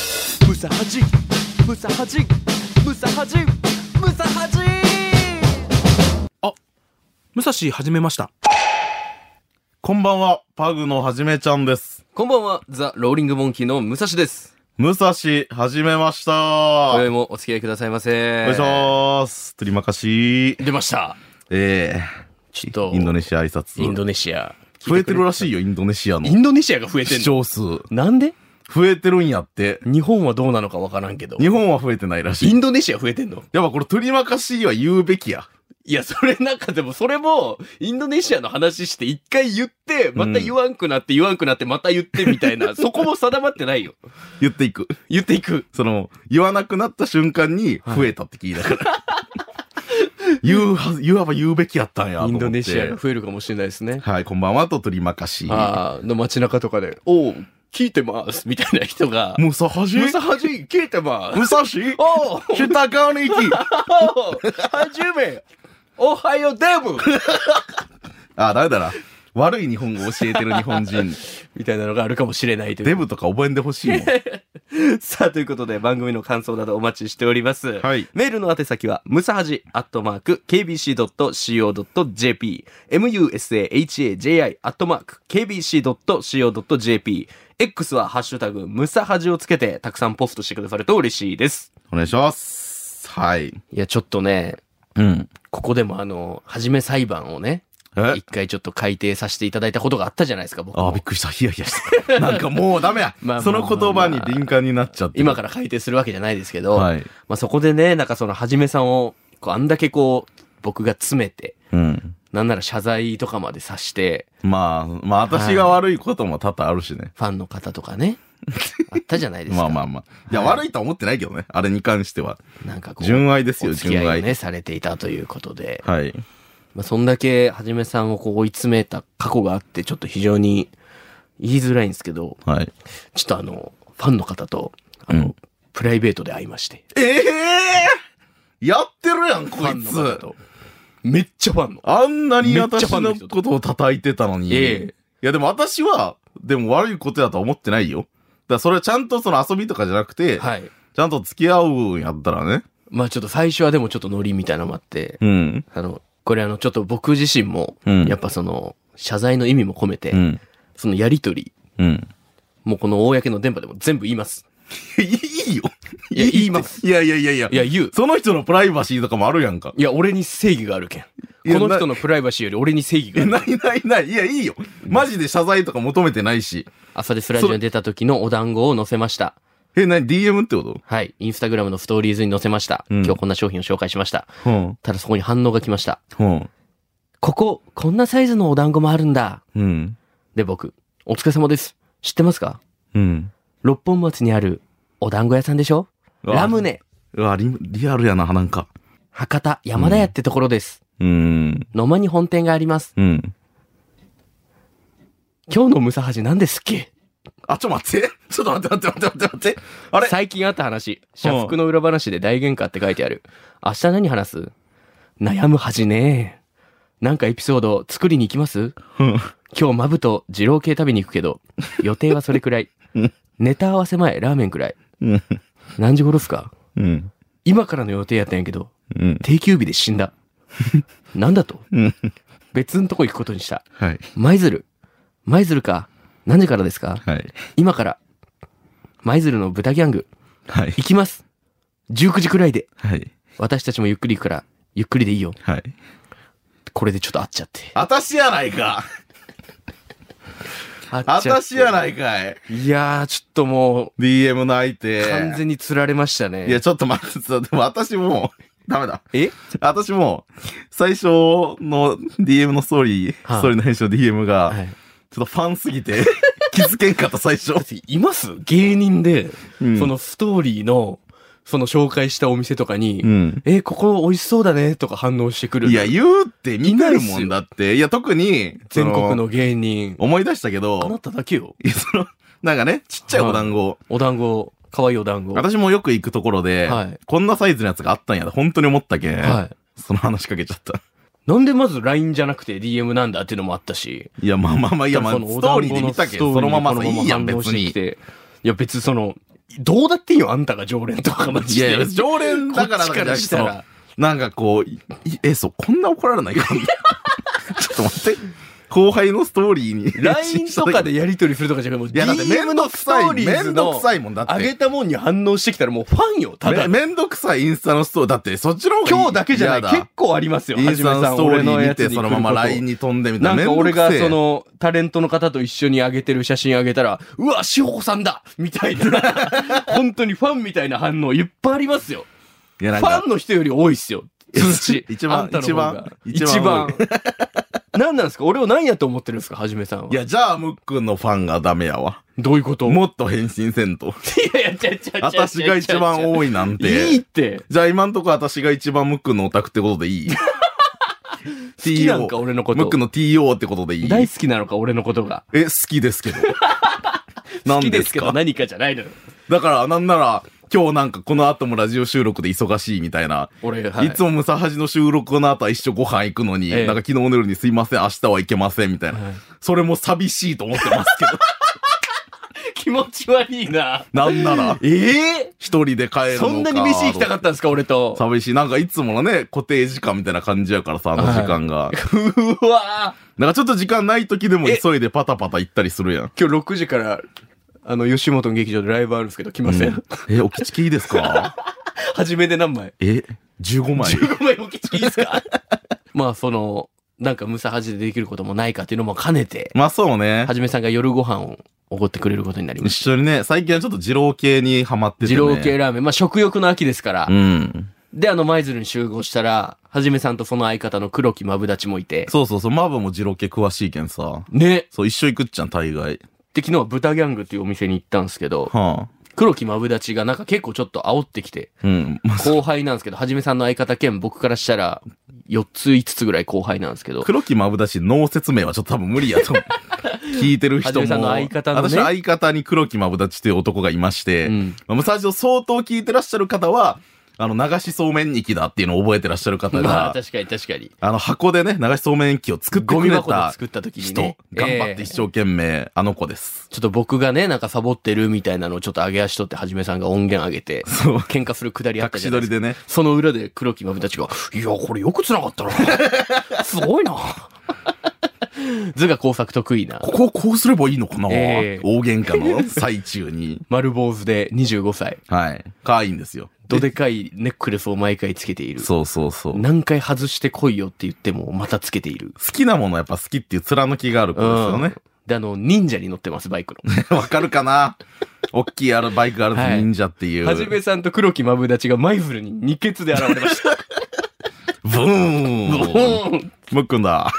サハジムサハジムサハジムサハジ武蔵始めました。こんばんは、パグのはじめちゃんです。こんばんは、ザ・ローリング・モンキーの武蔵です。武蔵、はじめました。今宵おもお付き合いくださいませ。願いします。とりまかし。出ました。ええちょっとインドネシア挨拶。インドネシア。増えてるらしいよ、インドネシアのイ。ンドネシアが増えてん視の聴数。なんで増えてるんやって。日本はどうなのかわからんけど。日本は増えてないらしイい。ンドネシア増えてんのやっぱこれ、とりまかしは言うべきや。いや、それなんかでも、それも、インドネシアの話して一回言って、また言わんくなって言わんくなってまた言ってみたい な、そこも定まってないよ。言っていく。言っていく。その、言わなくなった瞬間に、増えたって聞いたから。 言うはず、言わば言うべきやったんやと思インって。ドネシアが増えるかもしれないですね。はい、こんばんはと、とりまかし。ああ、の街中とかで、おう、聞いてます、みたいな人が、ムサハジムサハジ聞いてます。武蔵おう、北側 に行きはじめ、おはようデブあ、ダメだな。悪い日本語教えてる日本 人。みたいなのがあるかもしれないというデブとか覚えんでほしい もん。 さあ、ということで番組の感想などお待ちしております。はいメールの宛先は、ムサハジアットマーク、kbc.co.jp、musahaji アットマーク、kbc.co.jp、X はハッシュタグ、ムサハジをつけて、たくさんポストしてくださると嬉しいです。お願いします。はい。いや、ちょっとね、うん。ここでもあの、はじめ裁判をね、え一回ちょっと改定させていただいたことがあったじゃないですか、僕も。あ、びっくりした。ヒヤヒヤ した。なんかもうダメやまあまあまあま。あその言葉に敏感になっちゃって。今から改定するわけじゃないですけど、はい。まあそこでね、なんかそのはじめさんを、こう、あんだけこう、僕が詰めて、うん。なんなら謝罪とかまでさして、まあ、まあ私が悪いことも多々あるしね。ファンの方と かね、あったじゃないですか。まあまあまあ。いや、悪いとは思ってないけどね。あれに関しては。なんかこう、純愛ですよ、お付き合純いを愛。ね、されていたということで、はい。まあそんだけはじめさんをこう追い詰めた過去があって、ちょっと非常に言いづらいんですけど、はい。ちょっとあの、ファンの方と、あの、うんプライベートで会いまして。ええやってるやん、こファいンの方つ。と。めっちゃファンの。あんなにめっちゃ私ファンのの人とことを叩いてたのに。ええいや、でも私は、でも悪いことだとは思ってないよ。だからそれはちゃんとその遊びとかじゃなくて、はい。ちゃんと付き合うんやったらね。まあちょっと最初はでもちょっとノリみたいなのもあって、うん。あの、これあの、ちょっと僕自身も、うんやっぱその、謝罪の意味も込めて、ん。そのやりとり、うん。もうこの公の電波でも全部言います。いいよ。いや言います。いやいやいやいや。いや、言う。その人のプライバシーとかもあるやんか。いや、俺に正義があるけん。いやこの人のプライバシーより俺に正義いがあや、る。ないないない。いや、いいよ。マジで謝罪とか求めてないし。朝ですラジオに出た時のお団子を載せました。え、なに ?DM ってことはい。インスタグラムのストーリーズに載せました。うん今日こんな商品を紹介しました。うん。ただそこに反応が来ました。うん。ここ、こんなサイズのお団子もあるんだ。うん。で、僕、お疲れ様です。知ってますかうん。六本松にあるお団子屋さんでしょうわラムネ、うわ、リリアルやな、なんか。博多、山田屋ってところです。うん。野間に本店があります。うん。今日のムサハジ何ですっけあ、ちょ、待って。 ちょっと待って、待って、待って、待って。あれ最近あった話。社服の裏話で大喧嘩って書いてある。明日何話す悩む恥ねなんかエピソード作りに行きます今日マブと二郎系食べに行くけど、予定はそれくらい。ネタ合わせ前、ラーメンくらい。うん。何時頃っすかうん。今からの予定やったんやけど、うん。定休日で死 んだ。なんだとうん。別のとこ行くことにした。はい。舞鶴。舞鶴か。何時からですかはい。今から。舞鶴の豚ギャング。はい。行きます。19時くらいで。はい。私たちもゆっくり行くから、ゆっくりでいいよ。はい。これでちょっと会っちゃって。あたしやないか。会っあちゃたっしやないかい。て。いやー、ちょっとも DM の相う、手。完全に釣られましたね。いや、ちょっと待って、ちょっとでも私もう、ダメだ。え私も、最初の DM のストーリー、はいストーリーの編集 DM が、はい。ちょっとファンすぎて、気づけんかった最初。います芸人で、うんそのストーリーの、その紹介したお店とかに、うん。え、ここ美味しそうだねとか反応してくる。いや、言うって見てるもいないっすよんだって。いや、特に、そ全国の芸人。思い出したけあどな、ただけよ。いやその、なんかね、ちっちゃいお団子、お団子、可愛いお団子。私もよく行くところで、はいこんなサイズのやつがあったんやで、本当に思ったけん、はい。その話しかけちゃった。なんでまず LINE じゃなくて DM なんだっていうのもあったし。いや、まあまあまあ、いや、まあ、そスのトーリーで見たけん、そのままでいいやん、別お団子のストーリーにこのまま反応してきに。ていや、別にその、どうだっていいよ、あんたが常連とかマジいやいでや、。常連だからだこっちからしたらなんかこう、いいえ、そう、こんな怒られないかみ たいなちょっと待って。後輩のストーリーに。 LINE とかでやり取りするとかじゃなくて、いやもうだってめ DM んどのくストさーい、リめーズんどのくさいもんだって。上げたもんに反応してきたらもうファンよ、ただめ。めんどくさいインスタのストーリー、だってそっちの方がいい今日だけじゃない、嫌だ結構ありますよ、インスタはじめのさんストー俺リのーや見つて、にそのまま LINE に飛んでみたないんな。かめ俺どくがせえそ、のタレントの方と一緒に上げてる写真上げたら、うわ、しほこさんだみた いな、本当にファンみたいな反応いっぱいありますよ。いやなフんかァンの人より多いっすよ。通知 。一番あんたの方が一一番番。何なんですか俺を何やと思ってるんですかはじめさんは。いや、じゃあ、ムックンのファンがダメやわ。どういうこともっと返信せん と。いやいや、ちゃちゃ私が一番多いなんいいて。って。じゃあ今んとこ私が一番ムックンのオタクってことでい い好きなんか TO 俺のこムッとク。ンの TO ってことでいい大好きなのか俺のことが。え、好きですけど。 好何きでですすけどか何かじゃないのよ。だから、なんなら、今日なんかこの後もラジオ収録で忙しいみたいな。俺、い、つもムサハジの収録の後は一緒ご飯行くのに、ええなんか昨日の夜にすいません、明日は行けませんみたいな。はいそれも寂しいと思ってますけ ど。気持ち悪いな。なんなら、ええ一人で帰るのか。そんなに飯行きたかったんですか俺と。寂しい。なんかいつものね、固定時間みたいな感じやからさ、あの時間 が。うわなんかちょっと時間ない時でも急いでパタパタ行ったりするやん。今日6時から、あの、吉本の劇場でライブあるんですけど、来ません、え、おきちきいいですか 初めで何枚え、15枚。 ?15 枚おきちきいいですか まあ、その、なんかムサハジでできることもないかっていうのも兼ねて、まあそうねは。じめさんが夜ご飯をおごってくれることになりま一し緒にね、最近はちょっと二郎系にハマってた。て、ね。二郎系ラーメン。まあ、食欲の秋ですから。うん。で、あの、舞鶴に集合したら、はじめさんとその相方の黒木まぶだちもいて、そうそうそう、マーブも二郎系詳しいけんさ。ね。そう、一緒行くっちゃん、大概。で、昨日は豚ギャングっていうお店に行ったんですけど、はあ。黒木まぶだちがなんか結構ちょっと煽ってきて、うん。まあ後輩なんですけど、はじめさんの相方兼僕からしたら、4つ5つぐらい後輩なんですけど、黒木まぶだし、脳説明はちょっと多分無理やと 思う。聞いてるは人じも。めさんの相方のね私の相方に黒木まぶだちという男がいまして、うんまあムサジを相当聞いてらっしゃる方は、あの、流しそうめんきだっていうのを覚えてらっしゃる方まあが、確かに確かに。あの、箱でね、流しそうめん機を作ってゴくミれ箱でた作った時に人、ね。頑張ってええ一生懸命、あの子です。ちょっと僕がね、なんかサボってるみたいなのをちょっと上げ足取ってはじめさんが音源上げて、そう喧嘩するくだりあった隠じしゃな撮いりですか。でね、その裏で黒木まぶたちが、いや、これよく繋がったな。 すごいな。図が工作得意な。ここをこうすればいいのかな、ええ大喧嘩の最中に。丸坊主で25歳。はい。可愛いんですよ。どでかいネックレスを毎回つけている。そうそうそう。好何回外してこいよって言っても、またつけている。きなものはやっぱ好きっていう貫きがある子ですよね。で、あの、忍者に乗ってます、バイク の。わかるかな大きいあるバイクがあるんですはい忍者っていう。 はじめさんと黒木まぶだちが舞鶴に二血で 現れました。ブーンムックンだ。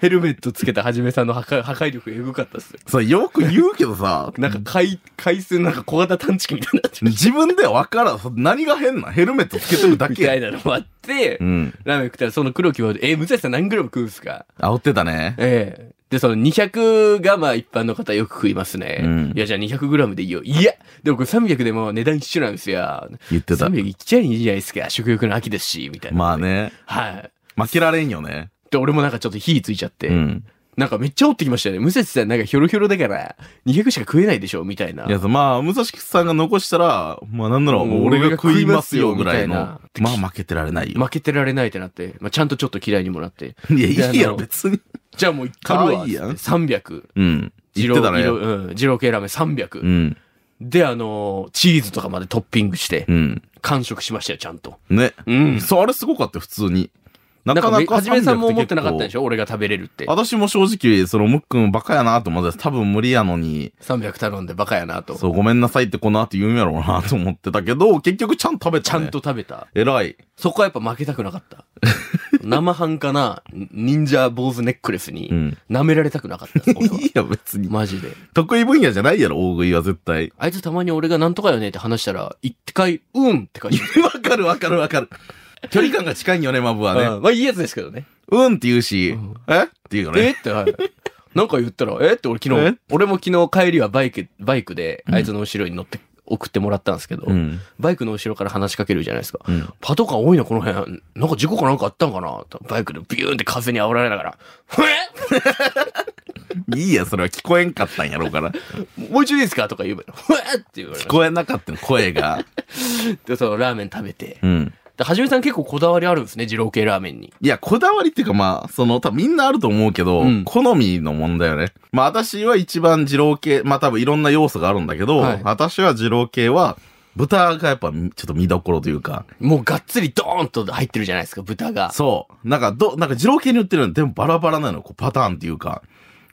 ヘルメットつけたはじめさんの破壊破壊力エグかったっすよ。それよく言うけどさ、なんか回、回数なんか小型探知機みたいに なってる自分ではわからん。何が変なんヘルメットつけてるだみたいけ。なのもあって、うん。ラーメン食ったらその黒木まぶだち、えー、むずさん何グラム食うんすか煽ってたね。ええで、その200がまあ一般の方よく食いますね。うんいや、じゃあ200グラムでいいよ。いやでもこれ300でも値段一緒なんですよ。言ってた。 300いっちゃいいじゃないですか。食欲の秋ですし、みたいな。まあ。ね。はい。負けられんよね。で、俺もなんかちょっと火ついちゃって。うん。なんかめっちゃ折ってきましたよね。むせつさんなんかヒョロヒョロだから、200しか食えないでしょ、みたいな。いや、まあ、武蔵さんが残したら、まあなんなら、もう俺が食いますよ俺がぐら食いますよいの。みまたいなあ負けてられないよ。負けてられないってなって、まあ、ちゃんとちょっと嫌いにもなって。いでや、いいやろ、あの別に。じゃあもう一回可愛いやん300。うん。言ってた二郎ね。うん。二郎系ラーメン300。うん。で、あのーチーズとかまでトッピングして、うん。完食しましたよ、ちゃんと。ね。うん。そう、あれすごかったよ、普通に。ななんかかなめ、か。はじめさんも思ってなかったでしょょ俺が食べれるって。私も正直、その、ムックンバカやなと思ってた多分無理やのに、 300頼んでバカやなと。そう、ごめんなさいってこの後言うんやろうなと思ってたけど、結局ちゃんと食べちた、ゃね。んと。食べた。偉い。そこはやっぱ負けたくなか った。生半可な忍者坊主ネックレスうにん。舐められたくなかった。そこは いいや、別に。マジで。得意分野じゃないやろ、大食いは絶対。 あいつたまに俺がなんとかよねって話したら、一回、うんって返してくわかるわかるわかる。距離感が近いんよね、マブはる。ね。うんまあいいやつですけどね。うんって言うし、えって言うよえね。って、はい。なんか言ったら、えって俺昨え日、俺も昨日帰りはバイク、バイクで、あいつの後ろに乗って送ってもらったんですけど、うん。バイクの後ろから話しかけるじゃないですか。うん。パトカー多いな、この辺。なんか事故かなんかあったんかなとバイクでビューンって風に煽られながら、ふえいいや、それは聞こえんかったんやろうから。もう一度いいですかとか言うの。ふわって言われ聞こえなかったの、声が。て、そのラーメン食べて。うん。ではじめさん結構こだわりあるんですね、二郎系ラーメンに。いや、こだわりっていうかまあ、その、多分みんなあると思うけど、うん好みの問題よね。まあ私は一番二郎系、まあ多分いろんな要素があるんだけど、はい私は二郎系は、豚がやっぱちょっと見どころというか、もうがっつりドーンと入ってるじゃないですか、豚が。そう。なんか、ど、なんか二郎系に売ってるの、でもバラバラなの、こうパターンっていうか、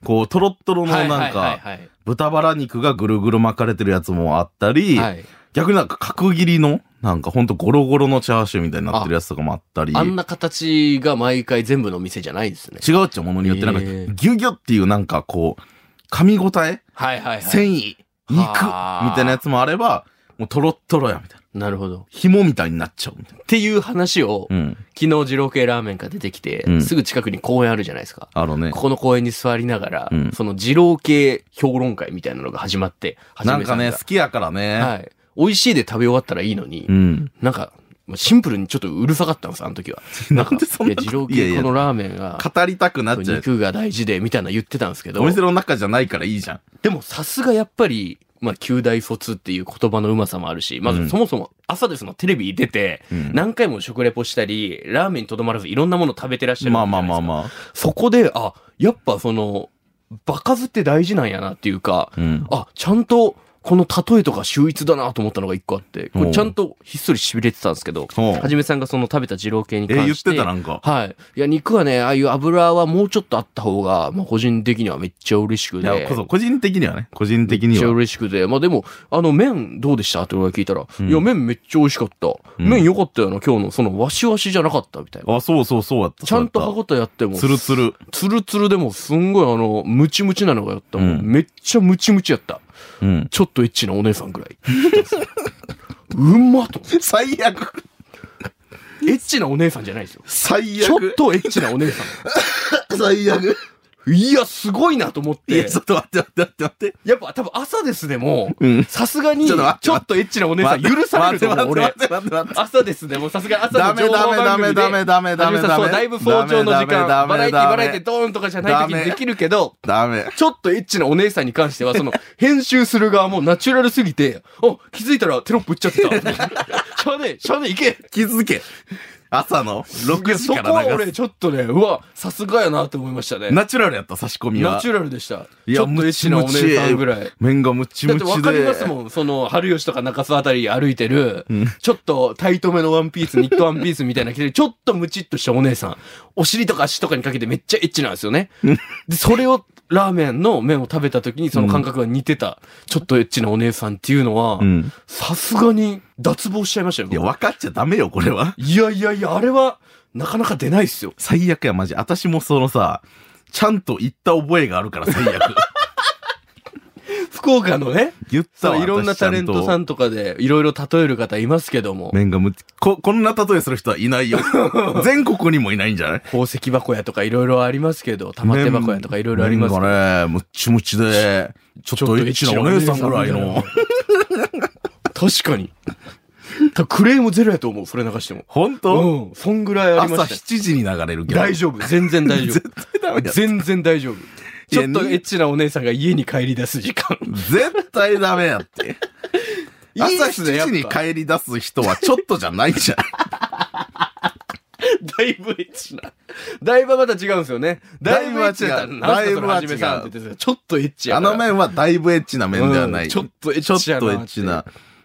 こう、トロットロのはいなんはいか、はいはい豚バラ肉がぐるぐる巻かれてるやつもあったり、はい。逆になんか角切りの、なんかほんとゴロゴロのチャーシューみたいになってるやつとかもあったり、あんな形が毎回全部の店じゃないんですね。違うっちゃものによって、なんか、へーギュギュっていうなんかこう、噛み応えはいはいはい。繊維肉みはあたいなやつもあれば、もうトロットロや、みたいな。なるほど。紐みたいになっちゃう、みたいな。っていう話を、うん。昨日二郎系ラーメンが出てきて、うんすぐ近くに公園あるじゃないですか。あのねこ。この公園に座りながら、うんその二郎系評論会みたいなのが始まって、はじなんめさかがね、好きやからね。はい。美味しいで食べ終わったらいいのに、うん。なんか、シンプルにちょっとうるさかったんです、あの時は。 なんでそんいなや、二郎いやい系やこのラーメンが、語りたくなっちゃう。肉が大事で、みたいなの言ってたんですけどお、店の中じゃないからいいじゃん。でもさすがやっぱり、まあ、九大卒っていう言葉のうまさもあるし、まうずんそもそも朝ですのテレビ出て、うん何回も食レポしたり、ラーメンにとどまらずいろんなもの食べてらっしゃるまあまあまああ。まあ。そこで、あ、やっぱその、バカずって大事なんやなっていうか、うん。あ、ちゃんと、この例えとか秀逸だなと思ったのが一個あって、こおれうちゃんとひっそり痺れてたんですけど、おうはじめさんがその食べた二郎系にえ、言関っして。てたなんか。はい。いや、肉はね、ああいう油はもうちょっとあった方が、まあ個人的にはめっちゃ嬉しくいて。や、こそ、個人的にはね。個人的にめっちゃは。嬉しくて。まあでも、あの、麺どうでしたって俺が聞いたら、んいや、麺めっちゃ美味しかった。ん麺良かったよな、今日の。その、わしわしじゃなかったみたいな。あ、そうそうそうやった。ちゃんとそう歯やっ応えやっても、た。つるつる。つるつるでも、すんごいあの、ムチムチなのがやった。もうんん、めっちゃムチムチやった。 うん。ちょっとエッチなお姉さんぐらい。うまと思って。最悪。エッチなお姉さんじゃないですよ。最ちょっ悪。とエッチなお姉さ最悪。ん。いや、すごいなと思っいてや、。ちょっと待って待って待って待って。やっぱ多分朝ですでもうん、さすがに、ちちょっと待ってょっとエッチなお姉さん許されると思う、俺。待って待って待って待って待って朝ですね。もうさすが朝の情報番組で。ダメダメダメダメダメはじめさんそうだいぶ早朝のダメダ時間、メダメバラエティバラエティドーンとかじゃない時にできるけど、ダメ。ちょっとエッチなお姉さんに関しては、その、編集する側もナチュラルすぎて、あ、気づいたらテロップ打っちゃって た。しゃあねえ、しゃあねえ、いけ気づけ。朝の6時そかこはら流俺す。ちょっとね、うわ、さすがやなと思いましたね。ナチュラルやった、差し込みは。ナチュラルでした。いちやょっとエッチなお姉さんぐらい。麺がムチだっムてわチかりますで。もん。その、春吉とか中洲あたり歩いてる、ちょっとタイトめのワンピース、ニットワンピースみたいなの着てる、ちょっとムチっとしたお姉さん。お尻とか足とかにかけてめっちゃエッチなんですよね。で、それを、ラーメンの麺を食べた時にその感覚が似てた、ちょっとエッチなお姉さんっていうのはん、さすがに脱帽しちゃいましたよいや、僕。分かっちゃダメよ、これは。いやいやいや、あれは、なかなか出ないっすよ。最悪や、マジ。私もそのさ、ちゃんと言った覚えがあるから、最 悪。福岡のね、言ったそわういろんな私ちゃタレントさんとかで、いろいろ例える方いますけども。麺がむち、こ、こんな例えする人はい ないよ。全国にもいないんじゃない宝石箱やとかいろいろありますけど、玉手箱やとかいろいろありますけ麺ど。がね、ムチムチで、ちょっとエッチなお姉さんぐらいの。。確かに。たクレームゼロやと思う、それ流しても。本当うん、そんぐらいあり朝ました。 7時に流れるけど。大丈夫、全然大丈絶対ダメ夫。だ。全然大丈夫。ちょっいとやエッチなお姉さんが家に帰り出す時間。絶対ダメやって。いい朝っすね7時にやっぱ帰り出す人はちょっとじゃないじゃん。だいぶエッチな。だいぶまた違うんですよね。だいぶエッチだった。だいぶは違うなんすかそれはじめさんって言ってたちょっとエッチやあから。の麺はだいぶエッチな麺ではない。うんちょっとエッちょっチやなとエッチな。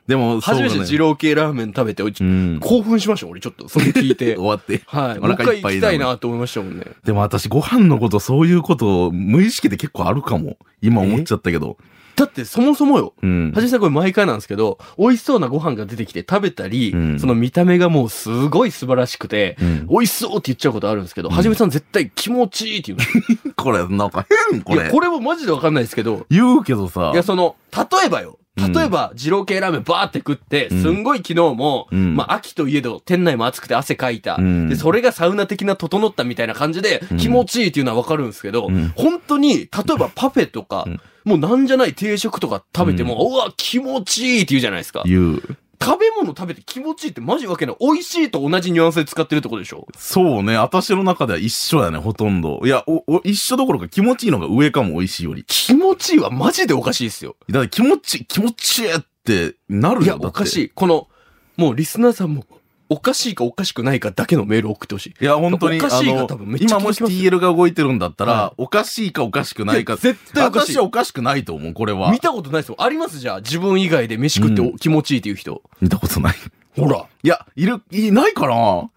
でも、そう初だめねて二郎系ラーメン食べて、ん興奮しました、俺ちょっと。それ聞いて 終。わって。はい。おもう一腹い回っぱ行いなきたのいなと思いましたもんね。でも私、ご飯のこと、そういうこと、無意識で結構あるかも。今思っちゃったけど。だってそもそもよ。うんは。じめさんこれ毎回なんですけど、美味しそうなご飯が出てきて食べたり、うんその見た目がもうすごい素晴らしくて、うん美味しそうって言っちゃうことあるんですけど、はじめさん絶対気持ちいいって言うんですよこれ、なんか変こいれや、。これもマジでわかんないですけど、言うけどさいや、。その、例えばよ。うん例えば、二郎系ラーメンバーって食って、すんごい昨日も、うんまあ、秋といえど、店内も暑くて汗かいた。うんで、それがサウナ的な整ったみたいな感じでう、ん気持ちいいっていうのはわかるんですけど、うん本当に、例えばパフェとか、んもうなんじゃない定食とか食べても、うわ、気持ちいいって言うじゃないですか。言う。食べ物食べて気持ちいいってマジわけない。美味しいと同じニュアンスで使ってるってことでしょそうね。私の中では一緒やね、ほとんど。いや、お、お、一緒どころか気持ちいいのが上かも、美味しいより。気持ちいいはマジでおかしいですよ。だって気持ちいい、気持ちいいってなるよいや、おかしい。い。この、もうリスナーさんも、おかしいかおかしくないかだけのメールを送ってほしい。いや、本当に、おあかしいがの多分めっちゃ今もし届きます TL が動いてるんだったら、おかしいかおかしくないか。いや絶対おかしい私はおかしくないと思う、これは見。たことないですよ。ありますじゃあ、自分以外で飯食っておう気持ちいいっていう人。見たことない。ほら。いや、いる、いないかな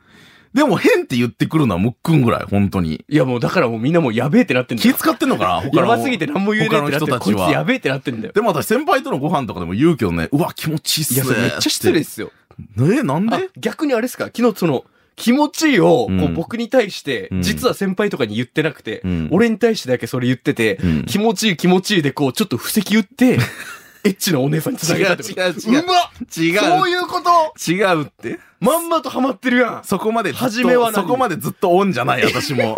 でも、変って言ってくるのはムックンぐらい、本当に。いやもうだからもうみんなもうやべえってなってんだ気よ。使ってんのかな他やの。ばすぎて何も言えねえってな他っての人たこちいつはやべえってなってんだよ。でも私、先輩とのご飯とかでも言うけどね、うわ、気持ちいいっすいね。や、それめっちゃ失礼で。すよ。ねえ、なんあで、逆にあれですか昨日その、気持ちいいを、こううん僕に対してう、ん実は先輩とかに言ってなくてうん、俺に対してだけそれ言っててうん、気持ちいい気持ちいいでこう、ちょっと布石打 って、エッチなお姉さんに繋げたってこと。違う違う違ううまっ違うそういうこと違うって。まんまとハマってる やんそこまでずっと、初めは何そこまでずっとオンじゃない、私も。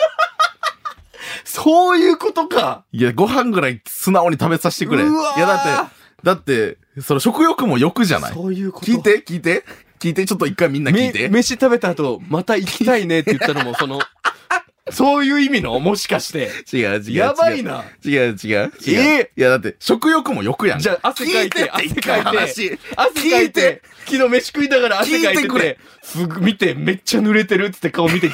そういうことかいや、ご飯ぐらい素直に食べさせてくれ。いうわーや、だって、だって、その食欲も欲じゃない。そういうこと聞いて、聞いて、聞いて、ちょっと一回みんな聞いて。め飯食べた後、また行きたいねって言ったのも、その、そういう意味のもしかして。違う違う違う。やばいな。違う違う違う。えいや、だって、食欲も欲やん。じゃあ、汗かい聞て、い汗てってかいて、汗か聞いいてて、昨日飯食いながら汗か聞いいててくてれ、すぐ見て、めっちゃ濡れてるっつって顔見て、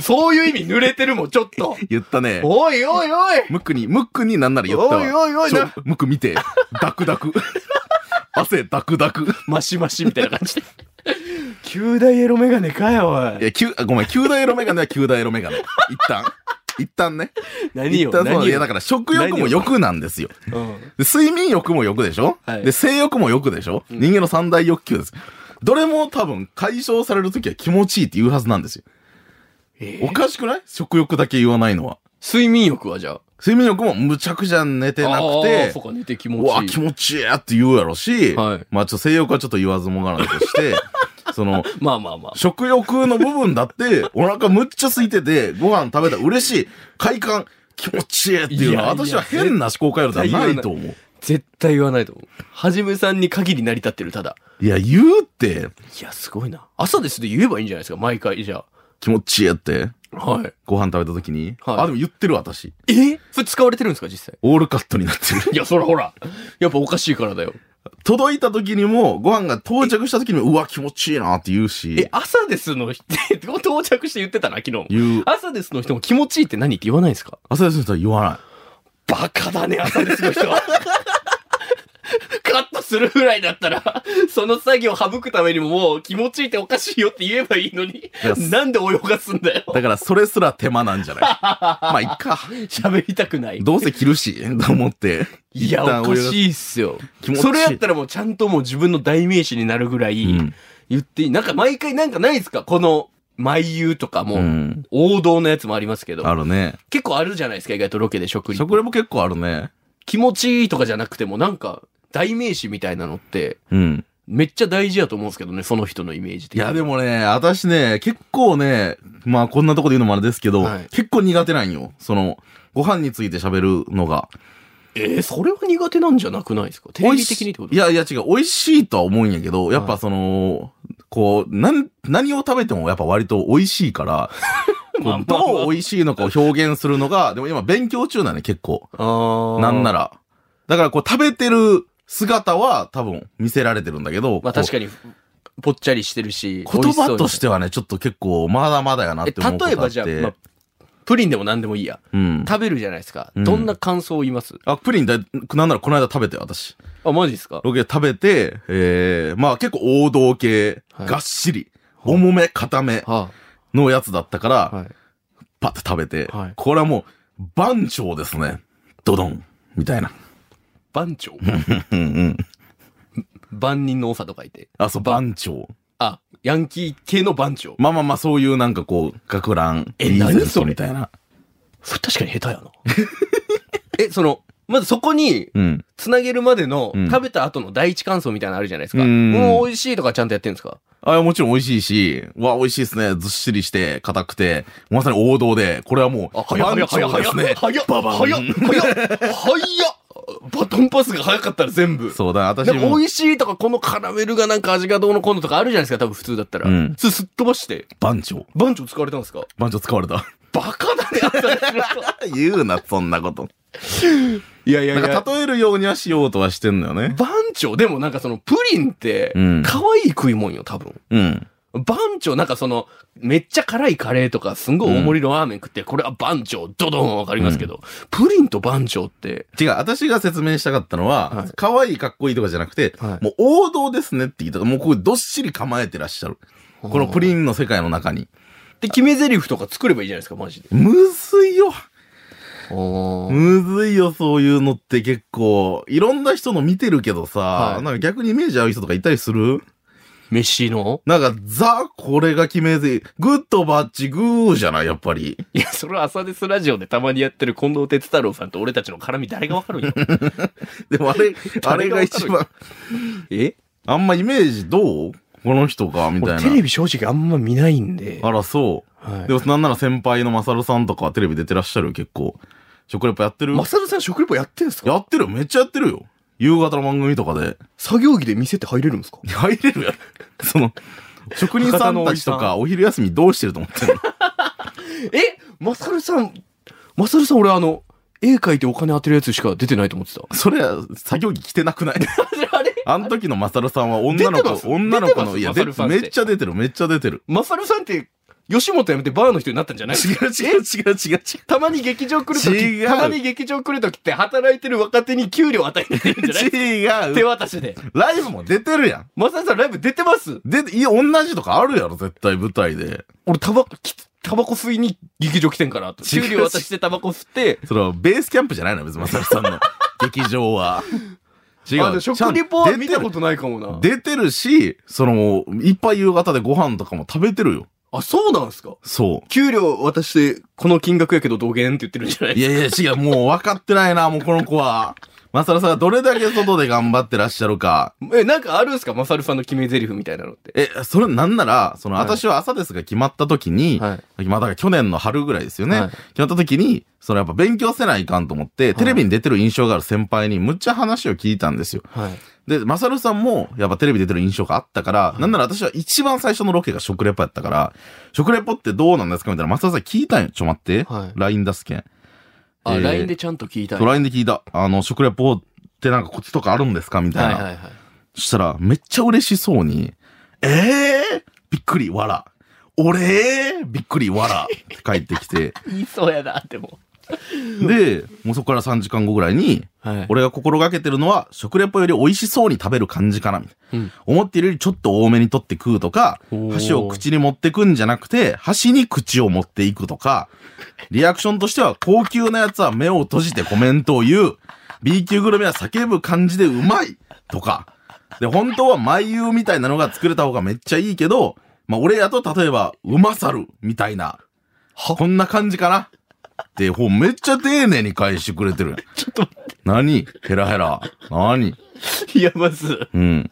そういう意味濡れてるもん、ちょっと。言ったね。 おいおいおいムックに、ムックになんなら言ったわ。おいおいおいちょなムック見て。ダクダク。汗ダクダク。マシマシみたいな感 じで。九大エロメガネかよ、おいい。や、九あごめん、九大エロメガネは九大エロメガネ。一旦。一旦ね。何よ、一旦そう何いや、よだ。から食欲も欲なんですよ。うんで睡眠欲も欲でしょ、はいで、性欲も欲でしょ、人間の三大欲求です。どれも多分解消されるときは気持ちいいって言うはずなんですよ。おかしくない食欲だけ言わないのは。睡眠欲はじゃあ。睡眠欲もむちゃくちゃ寝てなくあーてそう、か、寝て気うわ、持ちい気い。持ちいいって言うやろし、はいまあちょっと性欲はちょっと言わずもがなとして、 その、まあまあまあ。食欲の部分だって、お腹むっちゃ空いてて、ご飯食べたら嬉しい、快感、気持ちいいっていうのは、いやいや私は変な思考回路ではないと思う。絶対言わないと思う。はじめさんに限り成り立ってる、ただ。いや、言うって、いや、すごいな。朝ですで言えばいいんじゃないですか、毎回、じゃ気持ちいいって、あ。はい。ご飯食べた時に。はいあ、でも言ってる私。えそれ使われてるんですか、実際。オールカットになってる。 いや、そらほら。やっぱおかしいからだよ。届いた時にも、ご飯が到着した時にも、うわ、気持ちいいなって言うえし、、朝ですの人、 到着して言ってたな、昨日も。言う。朝ですの人も気持ちいいって何って言わないんですか朝ですの人は言わない。バカだね、朝ですの人は。カットするぐらいだったら、その作業省くためにももう気持ちいいっておかしいよって言えばいいのにや、なんで泳がすんだよ。だから、それすら手間なんじゃ ないまあ、いっか。喋りたくない。どうせ着るし、と思って。いや、一旦おか泳がしいっすよ気持。ちいいそれやったらもうちゃんともう自分の代名詞になるぐらいうん言っていい。なんか毎回なんかないですかこの、眉優とかうも、ん。王道のやつもありますけど、あるね。結構あるじゃないですか、意外とロケで食リ食レポ結構あるね。気持ちいいとかじゃなくてもなんか、代名詞みたいなのって、うん。めっちゃ大事やと思うんですけどね、その人のイメージ的いにや、でもね、私ね、結構ね、まあこんなとこで言うのもあれですけど、はい結構苦手なんよ。その、ご飯について喋るのが。えー、それは苦手なんじゃなくないですかテレビ的にってこといやいや違う、美味しいとは思うんやけど、やっぱその、こう、なん、何を食べてもやっぱ割と美味しい から、まあこうどう美味しいのかを表現するのが、でも今勉強中なんで結構。あーなんなら。だからこう食べてる姿は多分見せられてるんだけど、まあ確に。かに、ぽっちゃりしてるし、言葉としててはね、ちょっと結構まだまだやなっえ、て思うことあっ例て。えばじゃあ、まあ、プリンでも何でもいいや。うん。食べるじゃないですか。うんどんな感想を言いますあ、プリンだ、なんならこの間食べて、私。あ、マジですかロケで食べて、えー、まあ結構王道系、はいがっしり、重め、固めはのやつだったから、あ、はい。パッて食べて、はいこれはもう、番長ですね。ドドン。みたいな。 番長うんうん。番人の多さとかいて。あ、そう、ば番長。あ、ヤンキー系の番長。まあまあまあ、そういうなんかこう、学ラン、えリーゼント何それみたいな。それ確かに下手やな。 え、その、まずそこに、うん。つなげるまでの、うん食べた後の第一感想みたいなのあるじゃないですか。うんもう美味しいとかちゃんとやってるんですかあ、もちろん美味しいし、うわ、美味しいですね。ずっしりして、硬くて、まさに王道で、これはもう、番長ですね。早っ早っ早っ早っ早っ早っバトンパスが早かったら全部。そうだ、私なんかも美味しいとか、このカラメルがなんか味がどうのこうのとかあるじゃないですか、多分普通だったら。うんそれすっ飛ばして、番長。番長使われたんですか番長使われた。バカだね、新しい人 言うな、そんなこと。いやいやないんかや。例えるようにはしようとはしてんのよね。番長、でもなんかそのプリンってうん、可愛い食い物よ、多分。うん。番長、なんかその、めっちゃ辛いカレーとか、すんごい大盛りのラーメン食って、これは番長、ドドンわかりますけど、プリンと番長って、違う、私が説明したかったのは、可、愛、い、かっこいいとかじゃなくて、はいもう王道ですねって言ったら、もうこうどっしり構えてらっしゃる。このプリンの世界の中に。で、決め台詞とか作ればいいじゃないですか、マジで。むずいよ。おむずいよ、そういうのって結構、いろんな人の見てるけどさ、はいなんか逆にイメージ合う人とかいたりする飯のなんか、ザ、これが決めぜ、グッドバッチグーじゃない、やっぱり。いや、それは朝ですラジオでたまにやってる近藤哲太郎さんと俺たちの 絡み誰がわかるんよ。でもあれ、あれ誰ががわか一る番、えあんまイメージどうこの人か、みたい俺な。テレビ正直あんま見ないんで。あら、そう。はいでも、なんなら先輩のマサルさんとかはテレビ出てらっしゃるよ、結構。食レポやってるマサルさん食レポやってんすかやってるよ、めっちゃやってるよ。夕方の番組とかで。作業着で店って入れるんですか入れるやろ。 その、職人さんたちとかお昼休みどうしてると思ってるのえマサルさん、マサルさん俺あの、絵描いてお金当てるやつしか出てないと思ってた。 それは作業着着てなくない あれ あの時のマサルさんは女の出てま子、す女の子の、出てますいや、でマサルさんっめてっちゃ出てる、めっちゃ出てる。マサルさんって、吉本辞めてバーの人になったんじゃない違う違う違う違う違う。たまに劇場来ると違き、うたまに劇場来るときって働いてる若手に給料与えてるんじゃない 違手う。渡しで。ライブも出てるやん。マサルさんライブ出てますで、いや、同じとかあるやろ、絶対舞台で。俺タバコ、きタバコ吸いに劇場来てんからと。違う給料渡してタバコ吸って、その、ベースキャンプじゃないの、別にマサルさん の劇場は。違あう。の食リポは見たちゃんこととないかもな。出てる出てるし、その、いっぱい夕方でご飯とかも食べてるよ。あ、そうなんすかそう。給料渡して、この金額やけど同減って言ってるんじゃないいやいや、違う、もう分かってない な、もうこの子は。マサルさんがどれだけ外で頑張ってらっしゃるか。え、なんかあるんすかマサルさんの決め台詞みたいなのって。え、それなんなら、その、はい私は朝ですが決まった時に、はまあだから去年の春ぐらいですよね。はい決まった時に、そのやっぱ勉強せないかんと思って、テレビに出てる印象がある先輩にむっちゃ話を聞いたんですよ。はい。で、マサルさんも、やっぱテレビ出てる印象があったから、なんなら私は一番最初のロケが食レポやったから、食レポってどうなんですかみたいな、マサルさん聞いたんよ。ちょ待って。はい LINE 出すけん。あ、えー LINE でちゃんと聞いたんそうや LINE で聞いた。あの、食レポってなんかコツとかあるんですかみたいな。はいはいはい。そしたら、めっちゃ嬉しそうに、えー、びっくり、わら。俺びっくり、わら。って帰ってきて。言いそうやな、でも。で、もうそこから3時間後ぐらいに、はい。俺が心がけてるのは、食レポより美味しそうに食べる感じかな、みたいな。うん思っているよりちょっと多めに取って食うとか、箸を口に持ってくんじゃなくて、箸に口を持っていくとか、リアクションとしては、高級なやつは目を閉じてコメントを言う、B 級グルメは叫ぶ感じでうまいとか、で、本当は眉優みたいなのが作れた方がめっちゃいいけど、まあ俺やと例えば、うまさるみたいな、こんな感じかな。って、ほう、めっちゃ丁寧に返してくれてる。 ちょっと何ヘラヘラ。何いや、まず、うん。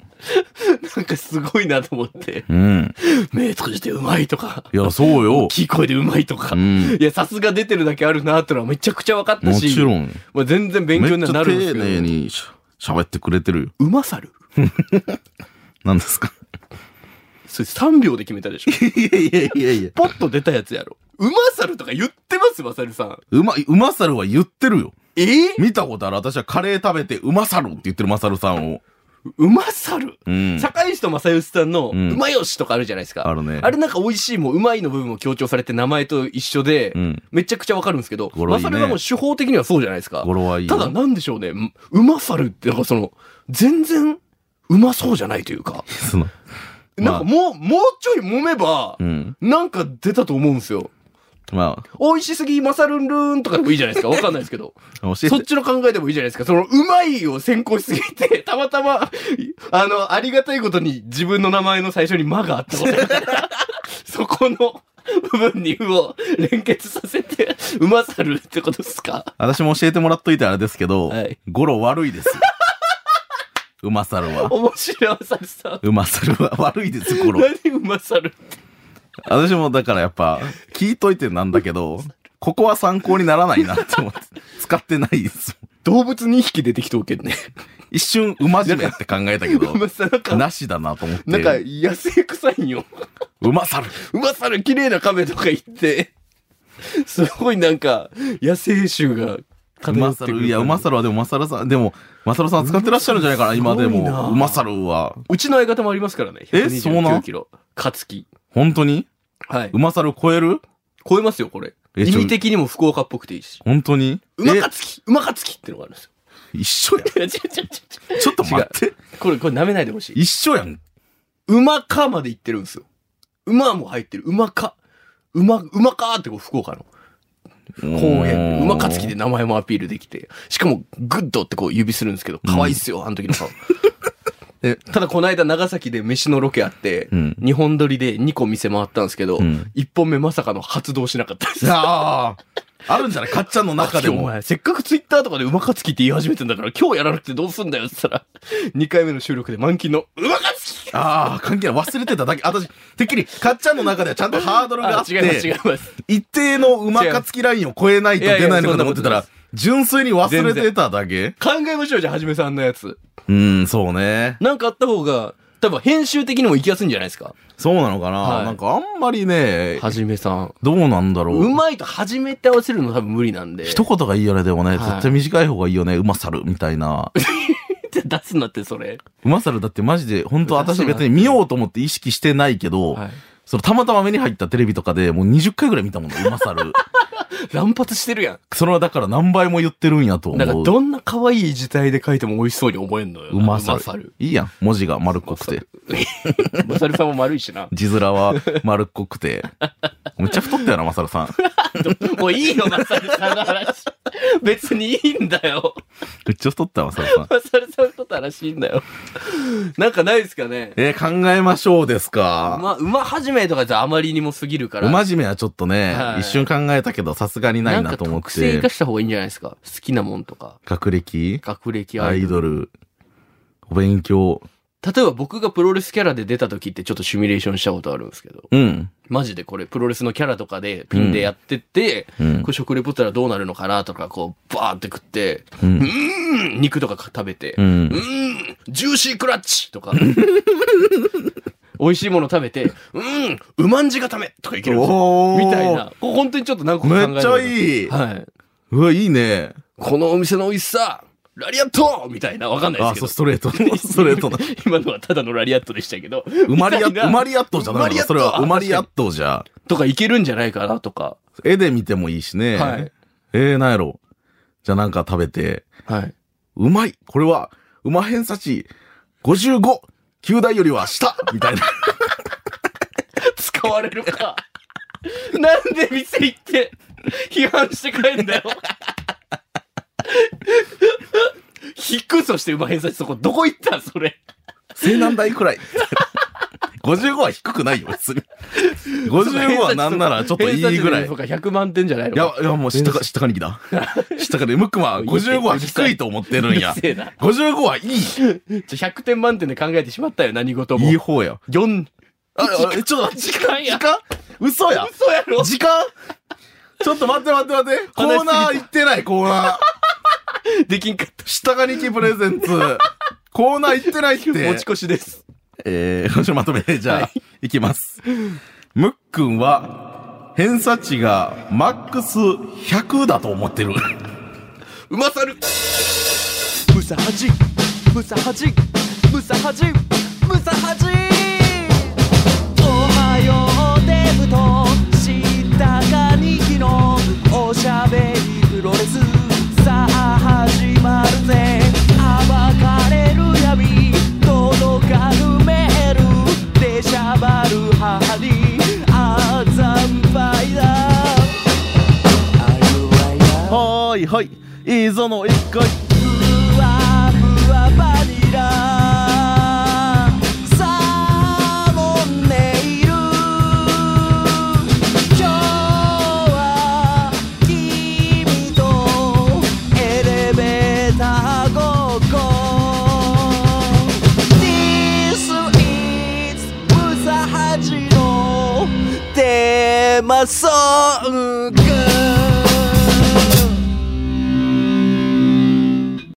なんかすごいなと思って。うん。目閉じてうまいとか、いや、そうよ大。きい声でうまいとか。うん。いや、さすが出てるだけあるなってのはめちゃくちゃ分かったもし。ちろん。まあ、全然勉め強っちにはゃなるんです丁けど。寧にし喋ってくれてるよ。うまさる何ですかそれ3秒で決めたでしょ。いやいやいやいや。ポッと出たやつやろ。うまさるとか言ってますまさるさん。うまい、うまさるは言ってるよ。え見たことある。私はカレー食べてうまさるって言ってるまさるさんを。うまさるうん。坂井と正義さんの、うんうまよしとかあるじゃないですか。あるねあれなんか美味しいもうまいの部分も強調されて名前と一緒で、うん。めちゃくちゃわかるんですけど、語呂いいまねさるはもう手法的にはそうじゃないですか。語呂はいいよ。ただなんでしょうね、ううまさるってなんかその、全然うまそうじゃないというか、その、 まあなんかもう、もうちょい揉めばう、ん。なんか出たと思うんですよ。まあ、美味しすぎ、マサルンルーンとかでもいいじゃないですか。わかんないです けど。教え。そってちの考えでもいいじゃないですか。その、うまいを先行しすぎて、たまたま、あの、ありがたいことに自分の名前の最初に間があったことだから、 そこの部分にうを連結させて、うまさるってことですか私も教えてもらっといてあれですけどはい、語呂悪いですよ。うまさるは。面白い、マサルさん。うまさるは悪いです、語呂。何うまさるって。私もだからやっぱ、聞いといてなんだけど、ここは参考にならないなって思って、使ってないですもん。動物2匹出てきとうけどね。一瞬、馬じめって考えたけどう、 まさ、なんか、なしだなと思って。なんか野生臭いんよ。馬猿。うまさる綺麗な亀とか行って、すごいなんか、野生臭が馬猿。いや、馬猿はでも、馬猿さん、でも、馬猿さん使ってらっしゃるんじゃないかな、うま今猿ですごいなも。馬猿は。うちの相方もありますからね。えそうなん129キロ。カツキ。本当にはい。馬猿超える超えますよ、これ。え意ちょ味的にも福岡っぽくていいし。本当にうまかつきうまかつきってのがあるんですよ。え一緒やいや、違う違う違う違ん。ちょっと待って。う。これ、これ舐めないでほしい。一緒やん。うまかまで言ってるんですよ。うまも入ってる。うまか。うま、うまかってこう福岡の公園。うまかつきで名前もアピールできて。しかも、グッドってこう指するんですけど、可愛いっすよ、あの時の顔。でただこの間長崎で飯のロケあって、うん日本撮りで2個店回ったんですけど、うん一1本目まさかの発動しなかったです。ああ。あるんじゃないかっちゃんの中で おも。前、せっかくツイッターとかでうまかつきって言い始めてんだから、今日やらなくてどうすんだよって言ったら、2回目 の収録で満勤の、うまかつきああ、関係ない。忘れてただけ。私、てっきり、かっちゃんの中ではちゃんとハードルがあっあ違います、違いて、ます。一定の馬かつきラインを超えないと出ないのかと思ってたいやらいやそんなことないで、純粋に忘れてただけ考えましょう、じゃあ、はじめさんのやつ。うん、そうね。なんかあった方が、多分編集的にも行きやすいんじゃないですか。そうなのかな、はいなんかあんまりね、はじめさん。どうなんだろう。うまいと始めって合わせるの多分無理なんで。一言がいいよね、でもね、い絶対短い方がいいよね、馬猿みたいな。って出すなって、それ。馬猿だってマジで、本当馬猿私別に見ようと思って意識してないけど、はいそのたまたま目に入ったテレビとかでもう20回ぐらい見たもんね、馬 猿。乱発してるやそれはだから何倍も言ってるんやとん。なんか、思う。どんな可愛い字体で書いても美味しそうに思えんのよ。うまさうまさる。いいやん。文字が丸っこくて。。うまさるさんも丸いし な字面は丸っこくて。めっちゃ太ったよな、マサルさん。もういいよ、まさるさんの話。別にいいんだよ。めっちゃ太ったよ、マサルさん。まさるさんとたらしいんだよ。なんかないですかね。えー考えましょうですか。まあ、馬始めとかじゃあまりにも過ぎるから。馬じめはちょっとね、はい一瞬考えたけど、さすがにないなと思んっか特性生てか。した方がいいんじゃないですか。好きなもんとか、学歴学歴あアる。イドル、お勉強。例えば僕がプロレスキャラで出た時ってちょっとシミュレーションしたことあるんですけど、うん。マジでこれプロレスのキャラとかでピンでやってって、うんこ。れ食レポったらどうなるのかなとか、こう、バーって食って、うん。うん肉とか食べて、うんう。ーん、ジューシークラッ チとか。美味しいもの食べて、うーん、うまんじがためとかいけるんですよおーみたいな。こう本当にちょっと何個か考えめっちゃい。いい。はい。うわ、いいね。このお店の美味しさ、ラリアットみたいな、わかんないであ、すそけう、。どストレート。ストレートだ。 今のはただのラリアットでしたけど、うまりや、みたいなうまりやっとうじゃないのかそれは、うまりやっとうじゃ。とかいけるんじゃないかなとか。絵で見てもいいしね。はいえー、なんやろ。じゃあなんか食べて、はい。うまいこれは、うま偏差値 55! 九大よりは下みたいな。 使われるか。なんで店行って批判して帰るんだよ。低そして馬偏差値そこどこ行ったんそれ。西南大くらい。55は低くないよ、別に。55はなんならちょっといいぐらい。いとか100万点じゃないのか。や、いや、もう下か、下かにきだ。下かに、ムックマン、55は低いと思ってるんや。せえな。 55はいい。じゃあ100点満点で考えてしまったよ、何事も。いい方や。 4、あ、あちょっと待って、時間や時。間嘘や。そうやろ時間ちょっと待って待って待って。コーナー行ってない、コーナー。できんかった。下がにきプレゼンツ。コーナー行ってないって。持ち越しです。えー、今週まとめ、じゃあ、いきます。むっくんは、偏差値がマックス100だと思ってる。うまさるムサハジムサハジムサハジムサハジおはようデブとしたかにきのおしゃべりプロレスさあ始まるぜ暴かれる闇届かぬメールでしゃばる母にあざんぱいだあゆあいだはーいはい。いいぞの一回。ふわふわバニラサーモンネイル今日は君とエレベーターごっこ This is ムサハジのテーマソング